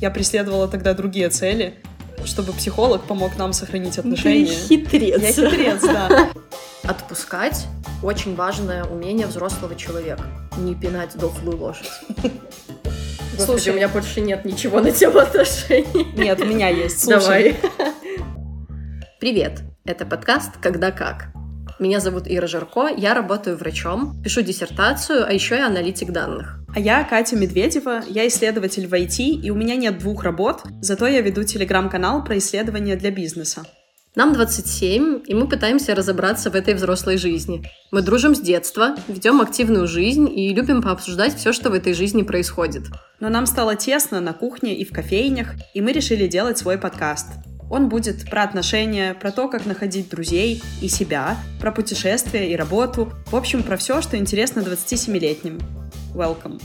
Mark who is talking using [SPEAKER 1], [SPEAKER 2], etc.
[SPEAKER 1] Я преследовала тогда другие цели, чтобы психолог помог нам сохранить
[SPEAKER 2] Ты
[SPEAKER 1] отношения.
[SPEAKER 2] хитрец.
[SPEAKER 1] Я хитрец, да.
[SPEAKER 3] Отпускать – очень важное умение взрослого человека. Не пинать дохлую лошадь. Господи,
[SPEAKER 1] Слушай.
[SPEAKER 3] у меня больше нет ничего на тему отношений.
[SPEAKER 1] Нет, у меня есть. Слушай,
[SPEAKER 3] Давай. Привет, это подкаст «Когда как». Меня зовут Ира Жарко, я работаю врачом, пишу диссертацию, а еще я аналитик данных.
[SPEAKER 1] А я Катя Медведева, я исследователь в IT, и у меня нет двух работ, зато я веду телеграм-канал про исследования для бизнеса.
[SPEAKER 3] Нам 27, и мы пытаемся разобраться в этой взрослой жизни. Мы дружим с детства, ведем активную жизнь и любим пообсуждать все, что в этой жизни происходит.
[SPEAKER 1] Но нам стало тесно на кухне и в кофейнях, и мы решили делать свой подкаст. Он будет про отношения, про то, как находить друзей и себя, про путешествия и работу, в общем, про все, что интересно 27-летним. Welcome.